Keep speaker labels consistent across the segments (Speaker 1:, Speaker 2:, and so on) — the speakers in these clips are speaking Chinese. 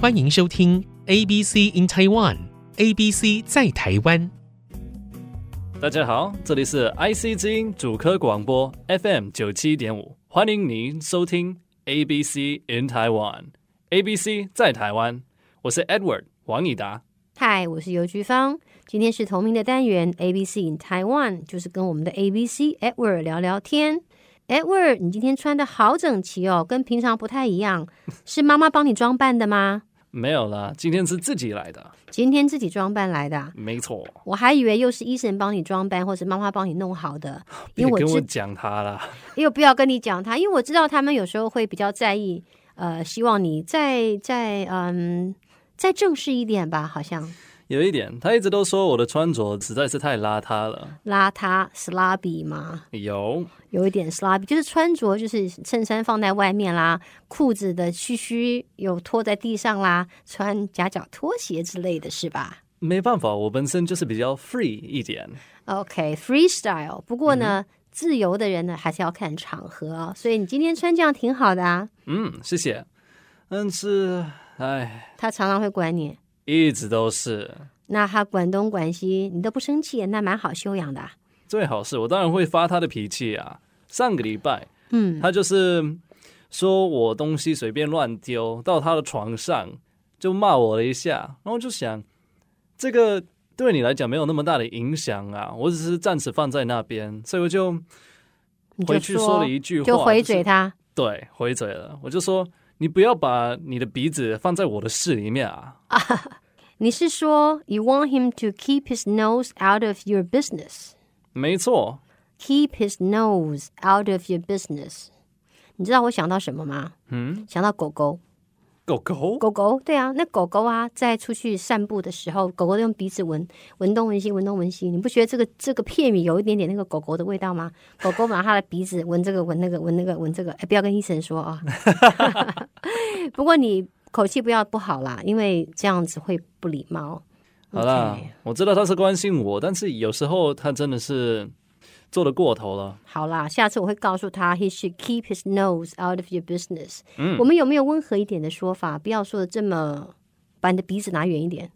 Speaker 1: 欢迎收听 ABC in Taiwan，ABC 在台湾。
Speaker 2: 大家好，这里是 IC 之音主科广播 FM 九七点五，欢迎您收听 ABC in Taiwan，ABC 在台湾，我是 Edward 王以达。
Speaker 3: 嗨，我是邮局方。今天是同名的单元 ABC in Taiwan，就是跟我们的 ABC Edward 聊聊天。Edward，你今天穿的好整齐哦，跟平常不太一样，是妈妈帮你装扮的吗？
Speaker 2: 没有啦，今天是自己来的，
Speaker 3: 今天自己装扮来的啊、
Speaker 2: 没错。
Speaker 3: 我还以为又是医生帮你装扮，或是妈妈帮你弄好的，因为
Speaker 2: 别跟
Speaker 3: 我
Speaker 2: 我
Speaker 3: 知，
Speaker 2: 讲他啦，
Speaker 3: 因为不要跟你讲他，因为我知道他们有时候会比较在意，呃，希望你再再嗯再正式一点吧，好像
Speaker 2: 有一点，他一直都说我的穿着实在是太邋遢了。
Speaker 3: 邋遢 slobby 嘛，
Speaker 2: 有，
Speaker 3: 有一点 sloppy，就是穿着就是衬衫放在外面啦，裤子的须须有拖在地上啦，穿夹脚拖鞋之类的是吧
Speaker 2: 没办法，我本身就是比较 free 一点。
Speaker 3: ？OK，freestyle、不过
Speaker 2: 嗯
Speaker 3: 呢，自由的人呢还是要看场合啊、所以你今天穿这样挺好的啊。
Speaker 2: 嗯，谢谢。但是，哎，
Speaker 3: 他常常会管你，
Speaker 2: 一直都是。
Speaker 3: 那他管东管西，你都不生气，那蛮好修养的啊、
Speaker 2: 最好是我当然会发他的脾气啊。上个礼拜，
Speaker 3: 嗯，
Speaker 2: 他就是说我东西随便乱丢到他的床上，就骂我了一下，然后就想，这个对你来讲没有那么大的影响啊，我只是暂时放在那边，所以我就
Speaker 3: 你就
Speaker 2: 回去说了一句话，
Speaker 3: 就回嘴
Speaker 2: 是
Speaker 3: 他。
Speaker 2: 对，回嘴了，我就说你不要把你的鼻子放在我的屎里面啊，
Speaker 3: 你是说 you want him to keep his nose out of your business？
Speaker 2: 没错，
Speaker 3: Keep his nose out of your business。你知道我想到什么吗？
Speaker 2: 嗯，
Speaker 3: 想到狗狗，
Speaker 2: 狗狗，
Speaker 3: 狗狗，对啊，那狗狗啊，在出去散步的时候，狗狗都用鼻子闻，闻东闻西，闻东闻西。你不觉得这个这个片语有一点点那个狗狗的味道吗？狗狗把它的鼻子闻这个闻那个闻那个闻这个，哎，不要跟医生说啊。不过你口气不要不好啦，因为这样子会不礼貌。
Speaker 2: 好啦
Speaker 3: OK，
Speaker 2: 我知道他是关心我，但是有时候他真的是做的过头了。
Speaker 3: 好啦，下次我会告诉他，he should keep his nose out of your business。我们有没有温和一点的说法？不要说的这么，把你的鼻子拿远一点。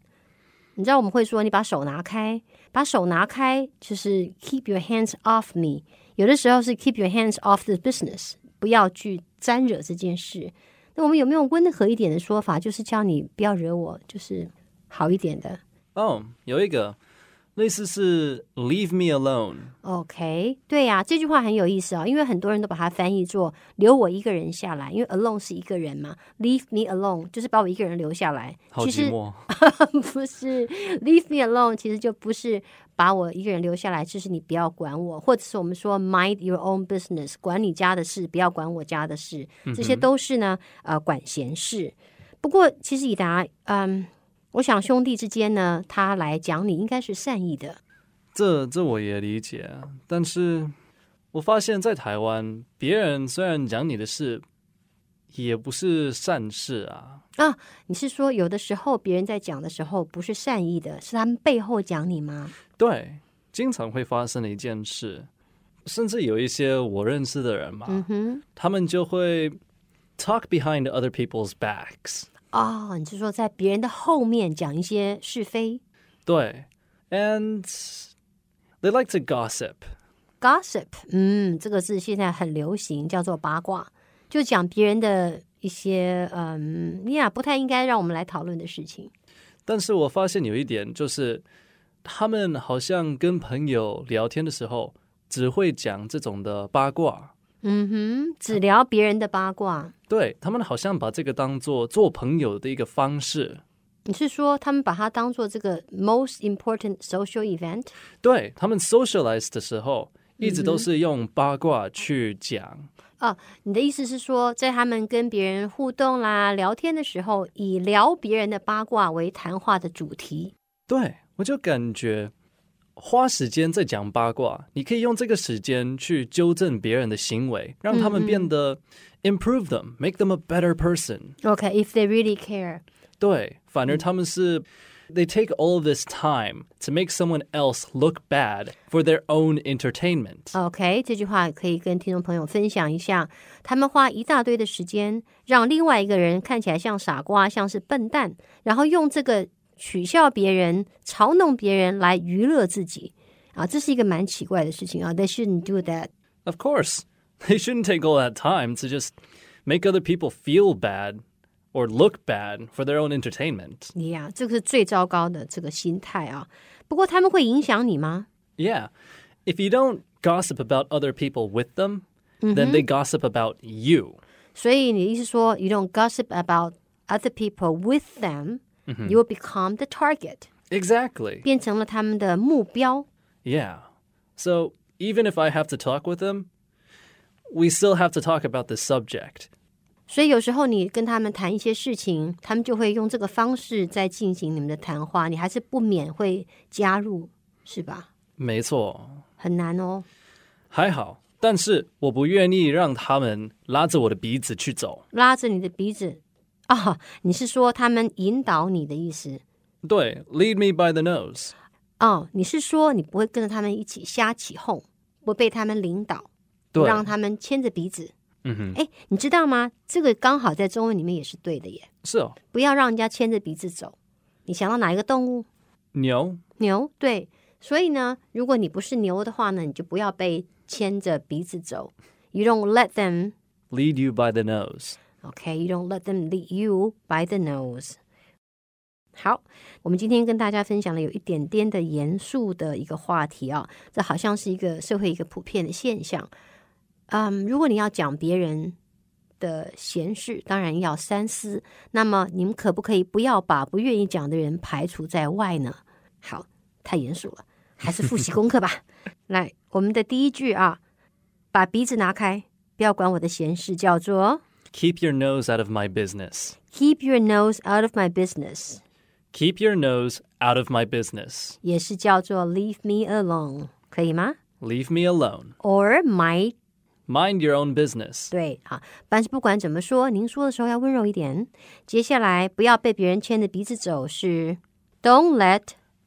Speaker 3: 你知道我们会说，你把手拿开，把手拿开，就是 keep your hands off me。有的时候是 keep your hands off the business，不要去沾惹这件事。那我们有没有温和一点的说法？就是叫你不要惹我，就是好一点的。
Speaker 2: 哦，有一个类似是 “Leave me alone”，
Speaker 3: OK，对呀、这句话很有意思哦，因为很多人都把它翻译作“留我一个人下来”，因为 alone 是一个人嘛，leave me alone 就是把我一个人留下来。
Speaker 2: 好
Speaker 3: 其
Speaker 2: 寂
Speaker 3: 实
Speaker 2: 寞。
Speaker 3: 不是 leave me alone，其实就不是把我一个人留下来，就是你不要管我，或者是我们说 mind your own business，管你家的事，不要管我家的事，
Speaker 2: 嗯
Speaker 3: 这些都是呢呃管闲事。不过其实以达，嗯，我想兄弟之间呢，他来讲你应该是善意的。
Speaker 2: 这这我也理解，但是我发现，在台湾，别人虽然讲你的事，也不是善事啊。
Speaker 3: 你是说有的时候别人在讲的时候不是善意的，是他们背后讲你吗？
Speaker 2: 对，经常会发生的一件事，甚至有一些我认识的人嘛，
Speaker 3: 嗯哼，
Speaker 2: 他们就会 talk behind other people's backs。
Speaker 3: 哦，你是说在别人的后面讲一些是非
Speaker 2: 对，and they like to gossip。
Speaker 3: ，gossip？嗯，这个字现在很流行，叫做八卦，就讲别人的一些嗯，呀，不太应该让我们来讨论的事情。
Speaker 2: 但是我发现有一点，就是他们好像跟朋友聊天的时候，只会讲这种的八卦。
Speaker 3: 嗯哼，只聊别人的八卦。
Speaker 2: 对他们好像把这个当做做朋友的一个方式，
Speaker 3: 你是说他们把它当做这个 most important social event？
Speaker 2: 对他们 socialize 的时候，一直都是用八卦去讲。
Speaker 3: 你的意思是说，在他们跟别人互动啦、聊天的时候，以聊别人的八卦为谈话的主题？
Speaker 2: 对我就感觉花时间在讲八卦，你可以用这个时间去纠正别人的行为，让他们变得 improve them，make them a better person。
Speaker 3: OK，if、they really care，
Speaker 2: 对，反而他们是 They take all this time to make someone else look bad for their own
Speaker 3: Uh.
Speaker 2: entertainment.
Speaker 3: OK，这句话可以跟听众朋友分享一下。他们花一大堆的时间，让另外一个人看起来像傻瓜，像是笨蛋，然后用这个取笑别人、嘲弄别人来娱乐自己啊，这是一个蛮奇怪的事情啊。They shouldn't do that。
Speaker 2: Of course, they shouldn't take all that time to just make other people feel bad or look bad for their own entertainment.
Speaker 3: Yeah，这个是最糟糕的这个心态啊。不过他们会影响你吗？
Speaker 2: Yeah. If you don't gossip about other people with them, then they gossip about you.
Speaker 3: 所以你的意思说，you don't gossip about other people with them，you、will become the target，
Speaker 2: Exactly.
Speaker 3: 变成了他们的目标。
Speaker 2: Yeah. So even if I have to talk with them, we still have to talk about this subject.
Speaker 3: 所以有时候你跟他们谈一些事情，他们就会用这个方式在进行你们的谈话，你还是不免会加入，是吧？很难哦。
Speaker 2: 没错，还好，但是我不愿意让他们拉着我的鼻子去走。对，
Speaker 3: 拉着你的鼻子啊，你是说他们引导你的意思？
Speaker 2: lead me by the nose.
Speaker 3: 哦，你是说你不会跟着他们一起瞎起哄，不被他们领导，不
Speaker 2: 对
Speaker 3: 让他们牵着鼻子。嗯哼，哎，你知道吗？这个刚好在中文里面也是对的耶。不要让人家牵着鼻子走。你想到哪一个动物？
Speaker 2: 是哦，牛。Yeah,
Speaker 3: 牛，对。所以呢，如果你不是牛的话呢，你就不要被牵着鼻子走。You don't let them,
Speaker 2: lead you by the nose.
Speaker 3: OK? You don't let them lead you by the nose. 好，我们今天跟大家分享了有一点点的严肃的一个话题啊，这好像是一个社会一个普遍的现象。嗯，如果你要讲别人的闲事，当然要三思。那么你们可不可以不要把不愿意讲的人排除在外呢？好，太严肃了，还是复习功课吧。来，我们的第一句啊，把鼻子拿开，不要管我的闲事，叫做
Speaker 2: Keep your nose out of my business.
Speaker 3: “Keep your nose out of my business”，
Speaker 2: Keep your nose out of my business.
Speaker 3: 也是叫做 “Leave me alone”，可以吗
Speaker 2: Leave me alone.
Speaker 3: ？Or my
Speaker 2: Mind your own business.
Speaker 3: 对啊，但是不管怎么说，您说的时候要温柔一点。接下来不要被别人牵着鼻子走是 “Don't let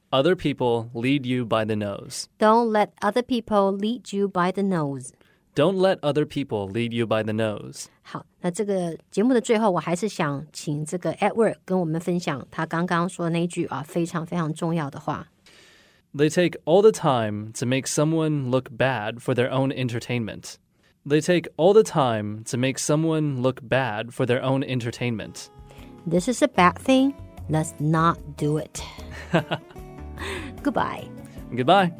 Speaker 2: Other people lead you by the nose.
Speaker 3: Don't let other people lead you by the nose”。
Speaker 2: Don't let other people lead you by the nose.
Speaker 3: 好，那这个节目的最后，我还是想请这个 Edward 跟我们分享他刚刚说那一句啊非常非常重要的话。
Speaker 2: They take all the time to make someone look bad for their own entertainment. They take all the time to make someone look bad for their own entertainment.
Speaker 3: This is a bad thing. Let's not do it. Goodbye.
Speaker 2: Goodbye.